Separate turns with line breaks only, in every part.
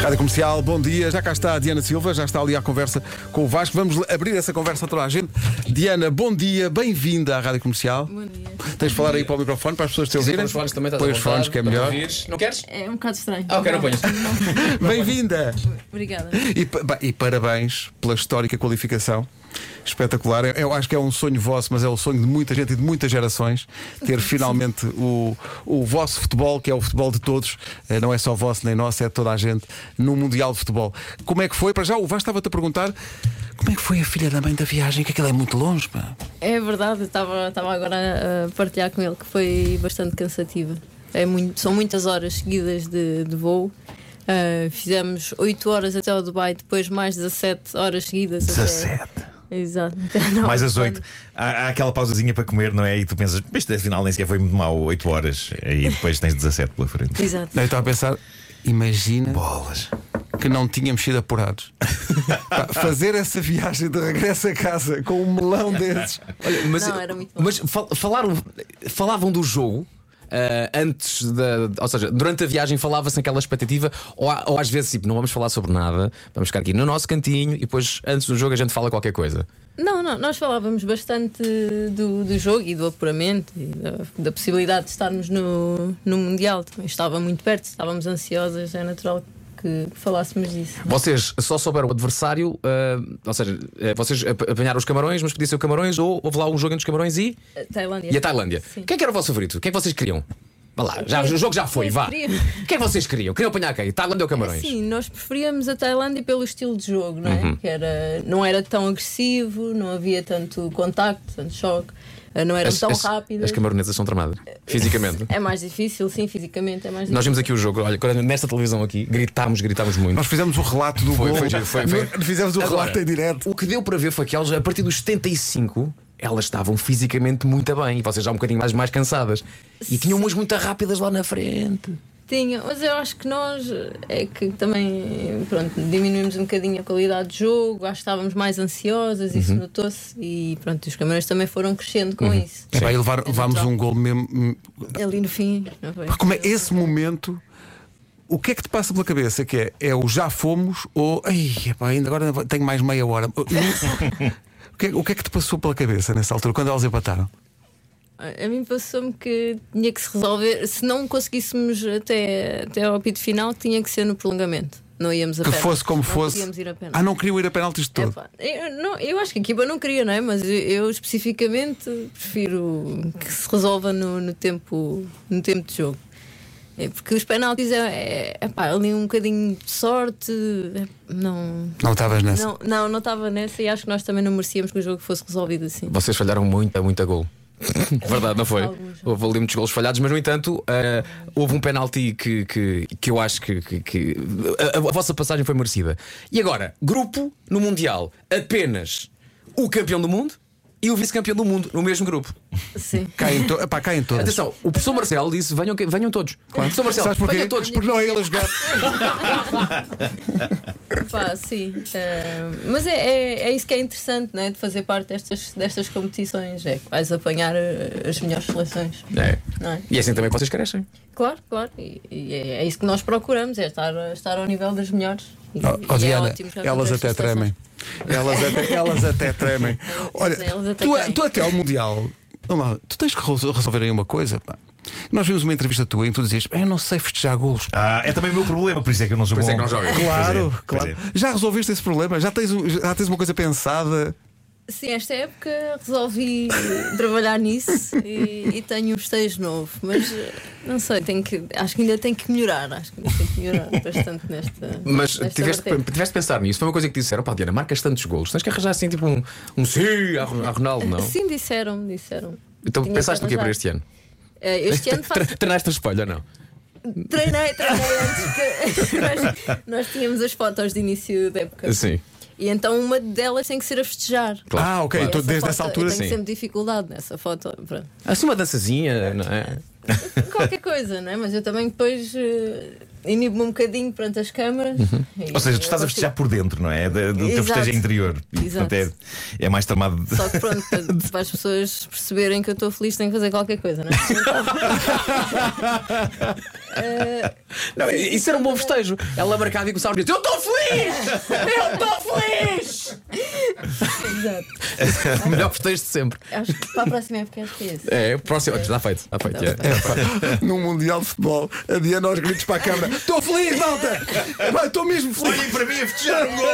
Rádio Comercial, bom dia. Já cá está a Diana Silva, já está ali à conversa com o Vasco. Vamos abrir essa conversa a toda a gente. Diana, bom dia, bem-vinda à Rádio Comercial.
Bom dia.
Tens de falar aí para o microfone para as pessoas te
Sim,
ouvirem.
põe os fones também, estás
Põe
à
os
vontade,
fones, que é
para
melhor.
ouvires. Não queres?
É um bocado estranho.
Ah, ok, não ponhas.
Bem-vinda!
Obrigada.
E, pa- ba- e parabéns pela histórica qualificação. Espetacular. Eu- Eu acho que é um sonho vosso, mas é o sonho de muita gente e de muitas gerações ter finalmente o, o vosso futebol, que é o futebol de todos, eh, não é só vosso nem nosso, é de toda a gente, no Mundial de Futebol. Como é que foi? Para já, o Vasco estava-te a perguntar como é que foi a filha da mãe da viagem, que aquilo é muito longe, pá.
É verdade, eu estava estava agora a partilhar com ele que foi bastante cansativa. É muito- são muitas horas seguidas de, de voo. Ah, fizemos 8 horas até ao Dubai, depois mais 17 horas seguidas. até-
17.
Exato. até à
Mais
nova
às 8. Há, há aquela pausazinha para comer, não é? E tu pensas, mas afinal nem sequer foi muito mal, 8 horas. E depois tens 17 pela
Zelândia.
frente.
Exato.
Não, eu estava a pensar, imagina
Bolas.
que não tínhamos sido apurados. Pá, fazer essa viagem de regresso a casa com um melão desses.
Olha, mas
Não, era muito bom.
mas fal- falaram, falavam do jogo. ah, antes da. Ou seja, durante a viagem falava-se naquela expectativa, ou, a- ou às vezes tipo, não vamos falar sobre nada, vamos ficar aqui no nosso cantinho e depois, antes do jogo, a gente fala qualquer coisa.
Não, não, nós falávamos bastante do, do jogo e do apuramento e da, da possibilidade de estarmos no, no Mundial. Também estava muito perto, estávamos ansiosas, é natural que falássemos disso.
Vocês só souberam o adversário, ah, ou seja, ah, vocês ap- apanharam os camarões, mas podia ser o camarões, ou houve lá um jogo entre os camarões e,
A Tailândia.
e a Tailândia.
Sim.
Quem é que era o vosso favorito? Quem é que vocês queriam? Vá lá, já, o jogo já foi,
Quem
vá.
queria?
Quem é que vocês queriam? Queriam apanhar quem? Tailândia ou camarões?
Sim, nós preferíamos a Tailândia pelo estilo de jogo, não é?
Uhum.
Que era, não era tão agressivo, não havia tanto contacto, tanto choque, eh, não eram tão rápidas.
As camaronesas são tramadas, fisicamente.
É mais difícil, sim, fisicamente é mais difícil.
Nós vimos aqui o jogo, olha, quando- nesta televisão aqui, gritámos, gritámos muito.
Nós fizemos o relato do
Foi,
gol.
foi, foi, foi.
No- Fizemos o
Agora,
relato em direto.
O que deu para ver foi que elas, a partir dos 75, elas estavam fisicamente muito bem e vocês já um bocadinho mais, mais cansadas. E tinham umas muito rápidas lá na frente.
Tinha, mas eu acho que nós eh, é que também pronto, diminuímos um bocadinho a qualidade de jogo, acho que estávamos mais ansiosas, isso
Uhum.
notou-se e pronto, os camarões também foram crescendo com isso.
É, pá, e levar, levámos
natural.
um gol mesmo. hum,
Ali no fim, não foi?
Como é esse momento? O que é que te passa pela cabeça? Que é, é o já fomos ou ai, epá, ainda agora tenho mais meia hora. O que, é- o que é que te passou pela cabeça nessa altura, quando elas empataram?
A mim passou-me que tinha que se resolver. Se não conseguíssemos até, até ao apito final, tinha que ser no prolongamento. Não íamos a
Que
pena.
fosse como
não
fosse.
podíamos ir a pena.
Ah, não queriam ir a penaltis de todo.
eu, não, eu acho que a equipa não queria, não é? Mas eu, eu especificamente prefiro que se resolva no, no tempo, no tempo de jogo. É porque os penaltis é, é, epá, ali um bocadinho de sorte. é, não,
Não estavas nessa.
não, não, não estava nessa e acho que nós também não merecíamos que o jogo fosse resolvido assim.
Vocês falharam muito, é muito a gol. Verdade, não foi?
Alguns.
Houve ali muitos golos falhados, mas no entanto, eh, houve um penalti que, que, que eu acho que. que- que- a, a vossa passagem foi merecida. E agora, grupo no Mundial, apenas o campeão do mundo e o vice-campeão do mundo no mesmo grupo.
Sim.
Caem to... epá, caem todas.
Atenção, o professor Marcelo disse: venham, que- venham todos. Professor Marcelo,
Sabes porquê?
venham todos.
Porque não é ele a jogar.
Pá, sim. Eh, mas é, é, é isso que é interessante, né? De fazer parte destas, destas competições. É que vais apanhar eh, as melhores seleções.
É.
Não é?
E é assim também que vocês crescem.
Claro, claro. E, e é, é isso que nós procuramos, é estar, estar ao nível das melhores. E,
Oh,
e
oh,
é
Diana,
ótimo jogar
elas
contra
até
estas seleções.
tremem. Elas até, elas até tremem. Olha,
Elas até
tu, é,
caem.
tu até ao Mundial, vamos lá, tu tens que resol- resolver aí uma coisa. pá. Nós vimos uma entrevista tua em que tu dizias: Eu não sei festejar golos. pá."
Ah, é também o meu problema, por isso é que eu não sou
Por isso
bom.
é que não jogas.
Pois é,
Claro,
pois
claro.
é.
Já resolveste esse problema? Já tens, um- já tens uma coisa pensada?
Sim, esta época resolvi trabalhar nisso e, e tenho um festejo novo. Mas eh, não sei, tenho que, acho que ainda tenho que melhorar. Acho que ainda tenho que melhorar bastante nesta.
Mas
nesta
tiveste,
vertente.
tiveste de pensar nisso. Foi uma coisa que disseram: pá, Diana, marcas tantos golos. Tens que arranjar assim, tipo um, um sim a Ronaldo, não?
Sim, disseram, disseram.
Então
Tinha
pensaste no que é para
arranjar.
este ano?
Eh, Este ano faço.
Treinaste a espelho ou não?
Treinei, treinei antes que. nós, nós tínhamos as fotos de início da época.
Sim.
E então uma delas tem que ser a festejar.
Claro,
ah, ok.
E
Então,
essa
desde
foto-
essa altura,
eu tenho
sim.
sempre dificuldade nessa foto. Pronto.
Assim uma dançazinha, não é?
Qualquer coisa, não é? Mas eu também depois. eh, inibo-me um bocadinho perante as câmaras. E
Ou seja, tu estás a
eu
festejar por dentro, não é? Do, do teu
Exato.
festejo interior. E,
Exato.
portanto, é, é mais tramado. de-
Só que pronto, para, para as pessoas perceberem que eu estou feliz, tenho que fazer qualquer coisa, não é?
Não, isso era um bom festejo. Ela marcava e começava a dizer: Eu estou feliz! Eu estou feliz!
Exato.
O melhor festejo de sempre.
Acho que para a próxima época acho que é esse.
É, próximo. Está feito, está feito.
Está
é.
feito.
Num Mundial de Futebol, a Diana aos gritos para a câmara: Estou feliz, malta! Pá, Estou mesmo feliz!
Olhem para mim a festejar um gol!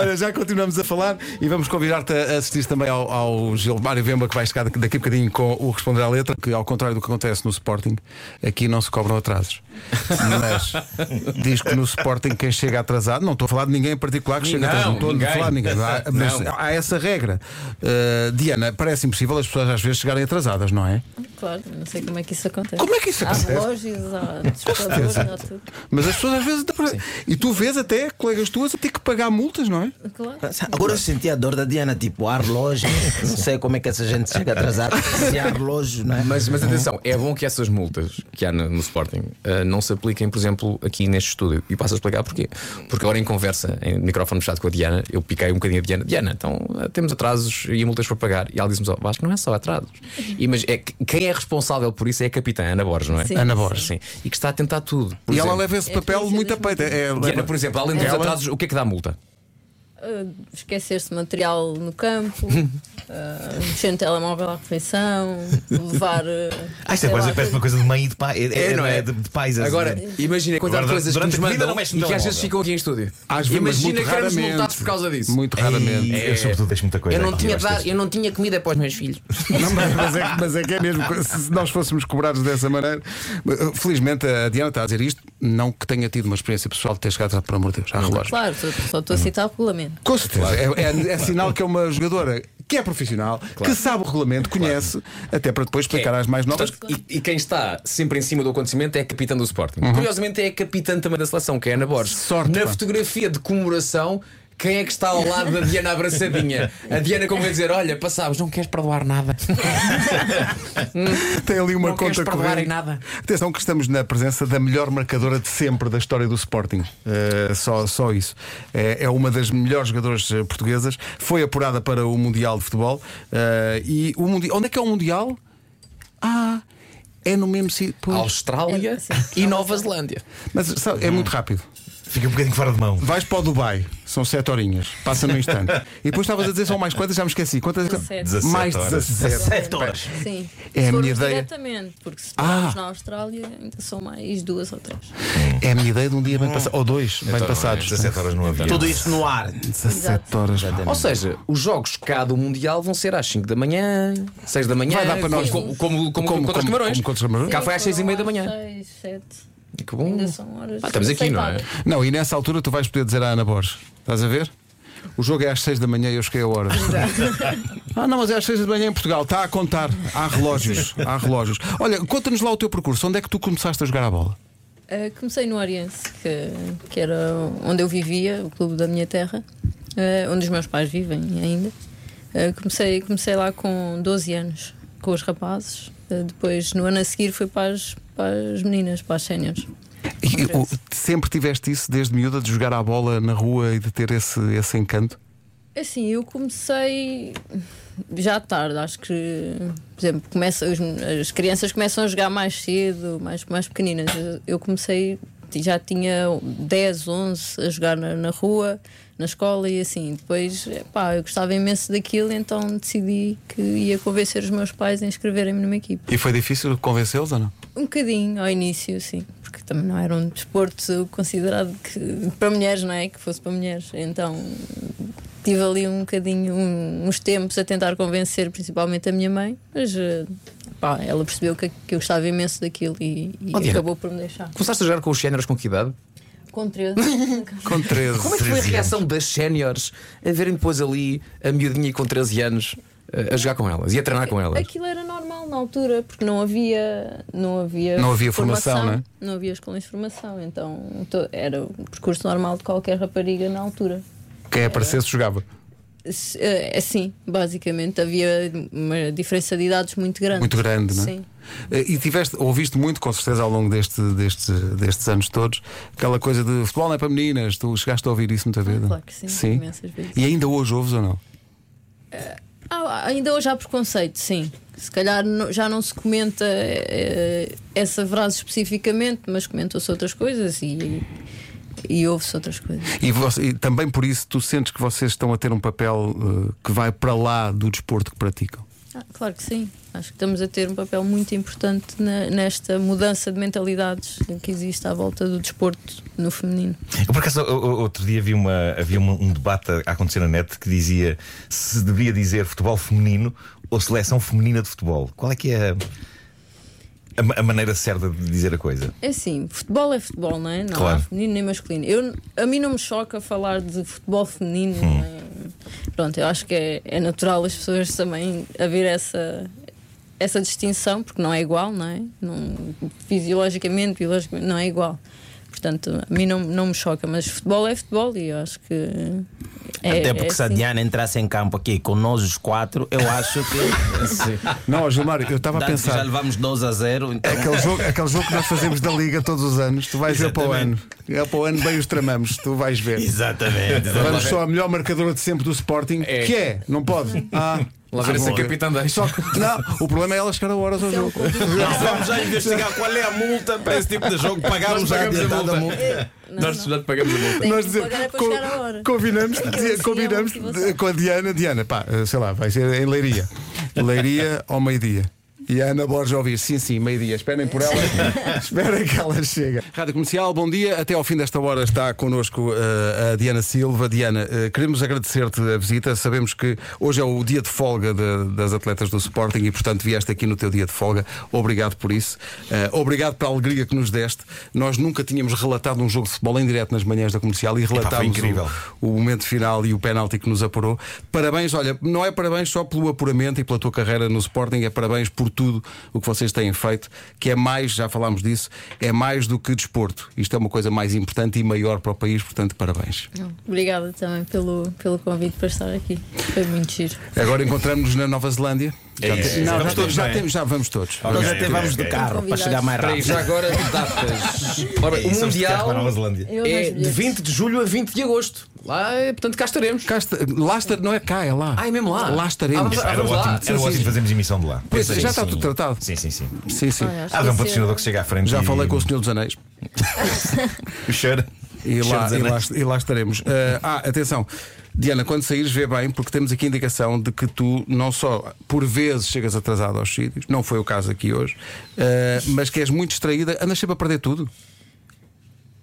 Olha, já continuamos a falar e vamos convidar-te a assistir também ao, ao Gilmário Vemba, que vai chegar daqui daqui a bocadinho com o Responder à Letra, que ao contrário do que acontece no Sporting, aqui não se cobram atrasos. Mas diz que no Sporting quem chega atrasado, não estou a falar de ninguém em particular que chega
Não,
atrasado, não estou
ninguém.
a falar de ninguém. Há, mas
Não.
há essa regra. Uh, Diana, parece impossível as pessoas às vezes chegarem atrasadas, não é?
Claro, não sei como é que isso acontece.
Como é
Tá
que isso
Há
acontece?
relógios, há despertadores, há tudo.
Mas as pessoas às vezes. E tu vês até colegas tuas a ter que pagar multas, não é?
Claro.
Agora eu senti a dor da Diana, tipo, há relógio. Não sei como é que essa gente chega atrasada. Se há relógio, não é?
Mas, mas atenção, é bom que essas multas que há no, no Sporting ah, não se apliquem, por exemplo, aqui neste estúdio. E passo a explicar porquê. Porque agora em conversa, em microfone fechado com a Diana, eu piquei um bocadinho a Diana. Diana, então ah, temos atrasos e multas para pagar. E ela disse-me só, acho que não é só atrasos. E, mas é, que- quem é responsável por isso é a capitã, Ana Borges, não é?
Sim.
Ana Borges.
Sim. E que está a tentar tudo. Por
E ela
exemplo,
leva esse
É
papel
difícil
muito a
das
peito. É,
Diana,
leva-
por exemplo, além dos
Ela-
atrasos, o que é que dá a multa?
Ah, Esquecer-se de material no campo, ah, mexer no telemóvel à refeição, levar.
Ah, isto é quase parece uma coisa de mãe e de pai. É,
não é?
De, de pais. assim.
Agora, imagina quantas
Agora,
coisas que
durante
nos
a comida
mandam
não mexe no
e que às vezes
telemóvel.
ficam aqui em estúdio.
Às vezes, mas
imagina
muito
que éramos
raramente.
multados um por causa disso. É.
Muito
Ei,
raramente.
Eu, sobretudo, deixo muita coisa.
Eu não,
aqui,
tinha
eu
dar-
acho
eu não tinha comida para os meus filhos.
Não, mas, mas é, mas é que é mesmo. Se nós fôssemos cobrados dessa maneira. Felizmente a Diana está a dizer isto. Não que tenha tido uma experiência pessoal de ter chegado, por amor de Deus, à relógio.
Claro, só- só
Uhum.
estou a citar o regulamento.
Com certeza. É, é- é sinal que é uma jogadora que é profissional, que sabe o regulamento, conhece, até para depois
é
explicar às mais novas.
Portanto, e, e quem está sempre em cima do acontecimento é a capitã do Sporting. Curiosamente, é a capitã também da seleção, que é a Ana Borges.
Sorte,
Na
pá.
fotografia de comemoração. Quem é que está ao lado da Diana abraçadinha? A Diana, como vai dizer, olha, passámos, não queres perdoar nada.
Tem ali uma
Não queres
conta
perdoar
corrente.
em nada.
Atenção que estamos na presença da melhor marcadora de sempre da história do Sporting. Eh, só, só isso. Eh, é uma das melhores jogadoras eh, portuguesas. Foi apurada para o Mundial de Futebol. Eh, e o mundi... Onde é que é o Mundial? Ah, é no mesmo sítio. Pois.
Austrália
É, sim.
e Nova Zelândia.
Mas sabe, é muito rápido.
que Fica um bocadinho fora de mão.
Vais para o Dubai, são 7 horinhas, passa no instante. e depois estavas a dizer são mais quantas, já me esqueci. Quantas? é
17.
17
mais
horas.
17.
horas.
Sim.
É
Se
a minha
formos
ideia.
Diretamente, porque se
Ah.
formos na Austrália ainda são mais duas ou três.
É a minha ideia de um dia bem passado, ou dois bem passados.
17 horas no avião.
Tudo isto no ar.
17 horas. pá.
Ou seja, os jogos cá do Mundial vão ser às 5 da manhã, 6 da manhã.
Vai dar para nós-
Como, como, como, como,
Como-
contra os
como-
camarões.
como contra os camarões.
Cá foi às 6 e meia da manhã.
6, 7.
Que bom.
Ainda são horas.
Ah, estamos aqui, não é?
aceitáveis.
Não, e nessa altura tu vais poder dizer à Ana Borges: estás a ver? O jogo é às 6 da manhã e eu cheguei a horas. ah, não, mas é às 6 da manhã em Portugal. Está a contar. Há relógios. Há relógios. Olha, conta-nos lá o teu percurso. Onde é que tu começaste a jogar a bola?
Uh, comecei no Oriense, que, que era onde eu vivia, o clube da minha terra, uh, onde os meus pais vivem ainda. Uh, comecei, comecei lá com 12 anos, com os rapazes. Uh, depois, no ano a seguir, fui para as, para as meninas, para as séniores.
E, o- sempre tiveste isso desde miúda de jogar a bola na rua e de ter esse, esse encanto?
Assim, eu comecei já tarde, acho que, por exemplo, começa, os- as crianças começam a jogar mais cedo, mais, mais pequeninas. Eu- Eu comecei, já tinha 10, 11 a jogar na, na rua, na escola e assim. Depois, pá, eu gostava imenso daquilo, então decidi que ia convencer os meus pais a inscreverem-me numa equipe.
E foi difícil convencê-los ou não?
Um bocadinho ao início, sim, porque também não era um desporto considerado que, para mulheres, não é? Que fosse para mulheres. Então tive ali um bocadinho, um- uns tempos a tentar convencer, principalmente a minha mãe, mas eh, pá, ela percebeu que, que eu gostava imenso daquilo e, e
Oh, Diana.
acabou por me deixar.
Começaste a jogar com os géneros com que idade?
Com 13.
Com 13.
Como é que foi a reação das séniores a verem depois ali a miudinha com 13 anos eh, a jogar com elas e a treinar com elas?
Aquilo era normal na altura, porque não havia. Não havia,
Não havia formação, né?
não havia escolas de formação, então to- era o percurso normal de qualquer rapariga na altura.
Quem aparecesse jogava.
s- eh, assim, basicamente. Havia uma diferença de idades muito grande.
Muito grande, não é?
Sim.
Eh, E tiveste, ouviste muito, com certeza, ao longo deste, deste, destes anos todos, aquela coisa de futebol não é para meninas, tu chegaste a ouvir isso muita vez. não? é?
claro que sim, imensas vezes.
E ainda hoje ouves ou não?
Ah, ainda hoje há preconceito, sim. Se calhar no- já não se comenta eh, essa frase especificamente, mas comentam-se outras coisas e, e ouve-se outras coisas.
E, você- e também por isso tu sentes que vocês estão a ter um papel eh, que vai para lá do desporto que praticam.
Ah, claro que sim. Acho que estamos a ter um papel muito importante na- nesta mudança de mentalidades que existe à volta do desporto no feminino.
Eu, por acaso, o- o- outro dia havia, uma, havia um, um debate a acontecer na net que dizia se devia dizer futebol feminino ou seleção feminina de futebol. Qual é que é a, a ma- a maneira certa de dizer a coisa?
É assim, futebol é futebol, não é? Não
Claro.
há feminino nem masculino. Eu, a mim não me choca falar de futebol feminino. não é? Pronto, eu acho que é, é natural as pessoas também haver essa, essa distinção, porque não é igual, não é? Não, fisiologicamente, biologicamente, não é igual. Portanto, a mim não, não me choca, mas futebol é futebol e eu acho que. é-
Até
é
porque se a
assim.
Diana entrasse em campo aqui com nós os quatro, eu acho que
Não, Gilmar, eu estava a
dado que já
pensar.
levamos 12 a 0. Então...
Aquele jogo, aquele jogo que nós fazemos da Liga todos os anos, tu vais ver para o ano. É para o ano bem os tramamos, tu vais ver.
Exatamente.
Vamos só a melhor marcadora de sempre do Sporting,
É.
que é, não pode. Ah,
Lá ver
ah,
essa
bom.
capitã da
Só que, não, o problema é ela chegar a horas
um
ao jogo.
Nós vamos já investigar qual é a multa para esse tipo de jogo. Pagarmos já adiantada a multa.
É. Nós já te pagamos a multa.
Tem
Nós
que
dizer-
pagar é para
co-
chegar à hora.
combinamos,
Aquilo
dizia-
assim é
combinamos
uma motivação.
de- com a Diana, Diana, pá, eh, sei lá, vai ser em Leiria. Leiria ao meio-dia. E a Ana Borges a ouvir, sim, sim, meio-dia, esperem por ela, esperem que ela chega. Rádio Comercial, bom dia, até ao fim desta hora está connosco eh, a Diana Silva. Diana, eh, queremos agradecer-te a visita, sabemos que hoje é o dia de folga de- das atletas do Sporting e, portanto, vieste aqui no teu dia de folga, obrigado por isso, Eh, obrigado pela alegria que nos deste. Nós nunca tínhamos relatado um jogo de futebol em direto nas manhãs da comercial e relatámos
incrível.
o, o momento final e o penalti que nos apurou. Parabéns, olha, não é parabéns só pelo apuramento e pela tua carreira no Sporting, é parabéns por tudo o que vocês têm feito, que é mais, já falámos disso, é mais do que desporto. Isto é uma coisa mais importante e maior para o país, portanto, parabéns.
Obrigada também pelo, pelo convite para estar aqui. Foi muito giro.
Agora encontramos-nos na Nova Zelândia.
É
já,
isso.
te- não,
Vamos
já te-
todos,
já
não é?
temos- já vamos todos.
Nós
Ok,
até vamos de
ok.
carro para chegar mais
Espera aí,
rápido.
já agora datas. Ora,
E
o
somos de carro para a Nova
Mundial
Zelândia.
Eu
é
vejo
de
bilhetes.
20 de julho a 20 de agosto. Lá, é, portanto, cá estaremos.
Cá está- lá está- não é cá, é lá.
Ah, é mesmo lá?
Lá estaremos.
Ah, vamos-
Era
lá.
ótimo,
Sim,
era
sim.
ótimo fazermos emissão de lá.
Pois,
Pensei
já
nisso.
está tudo tratado.
Sim, sim, sim.
Sim, sim.
Olha, acho
Há
que
ah, um
isso é-
patrocinador que chega à frente.
Já
e-
falei com o Senhor dos Anéis.
o cheiro.
E
Cheiro
lá,
dos
e, lá,
anéis.
e lá estaremos. Eh, ah, atenção. Diana, quando saíres, vê bem, porque temos aqui indicação de que tu não só por vezes chegas atrasado aos sítios, não foi o caso aqui hoje, eh, mas que és muito distraída, andas sempre a perder tudo.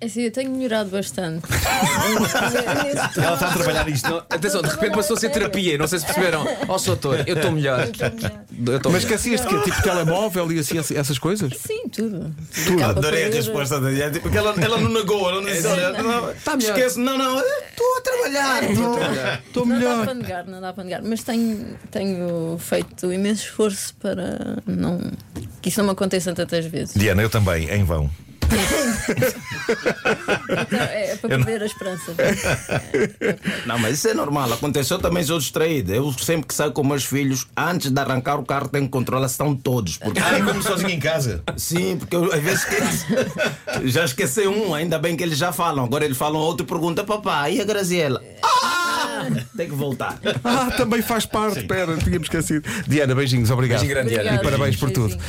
É assim, eu tenho melhorado bastante. Ela
Ela está a trabalhar isto. não? é?
Atenção, de repente passou a ser terapia. Não sei se perceberam. Ó, sou doutor, eu estou melhor. Eu estou
Mas
melhor.
esquecias de quê? Tipo telemóvel e assim, assim, essas coisas?
Sim, tudo.
Adorei a
eh,
resposta da Diana, porque ela, ela não negou,
É,
ela não disse, olha, não,
Tá melhor.
esquece, não, não, estou a trabalhar.
Estou
Não dá para
melhor.
negar, não dá para negar. Mas tenho, tenho feito imenso esforço para não, que isso não me aconteça tantas vezes.
Diana, eu também, em vão.
Então, é, é para perder a esperança.
Não, mas isso é normal. Aconteceu também, sou distraído. Eu sempre que saio com meus filhos, antes de arrancar o carro, tenho que controlar se estão todos. Porque,
Ah, eu como sozinho em casa.
sim, porque eu, às vezes esqueço. já esqueci um, ainda bem que eles já falam. Agora eles falam outro e pergunta, papá, e a Graziela? Ah! Tem que voltar.
Ah, também faz parte. Espera, tínhamos esquecido. Diana, beijinhos, obrigado.
Beijinho grande, Diana.
E parabéns por tudo.
Beijinho.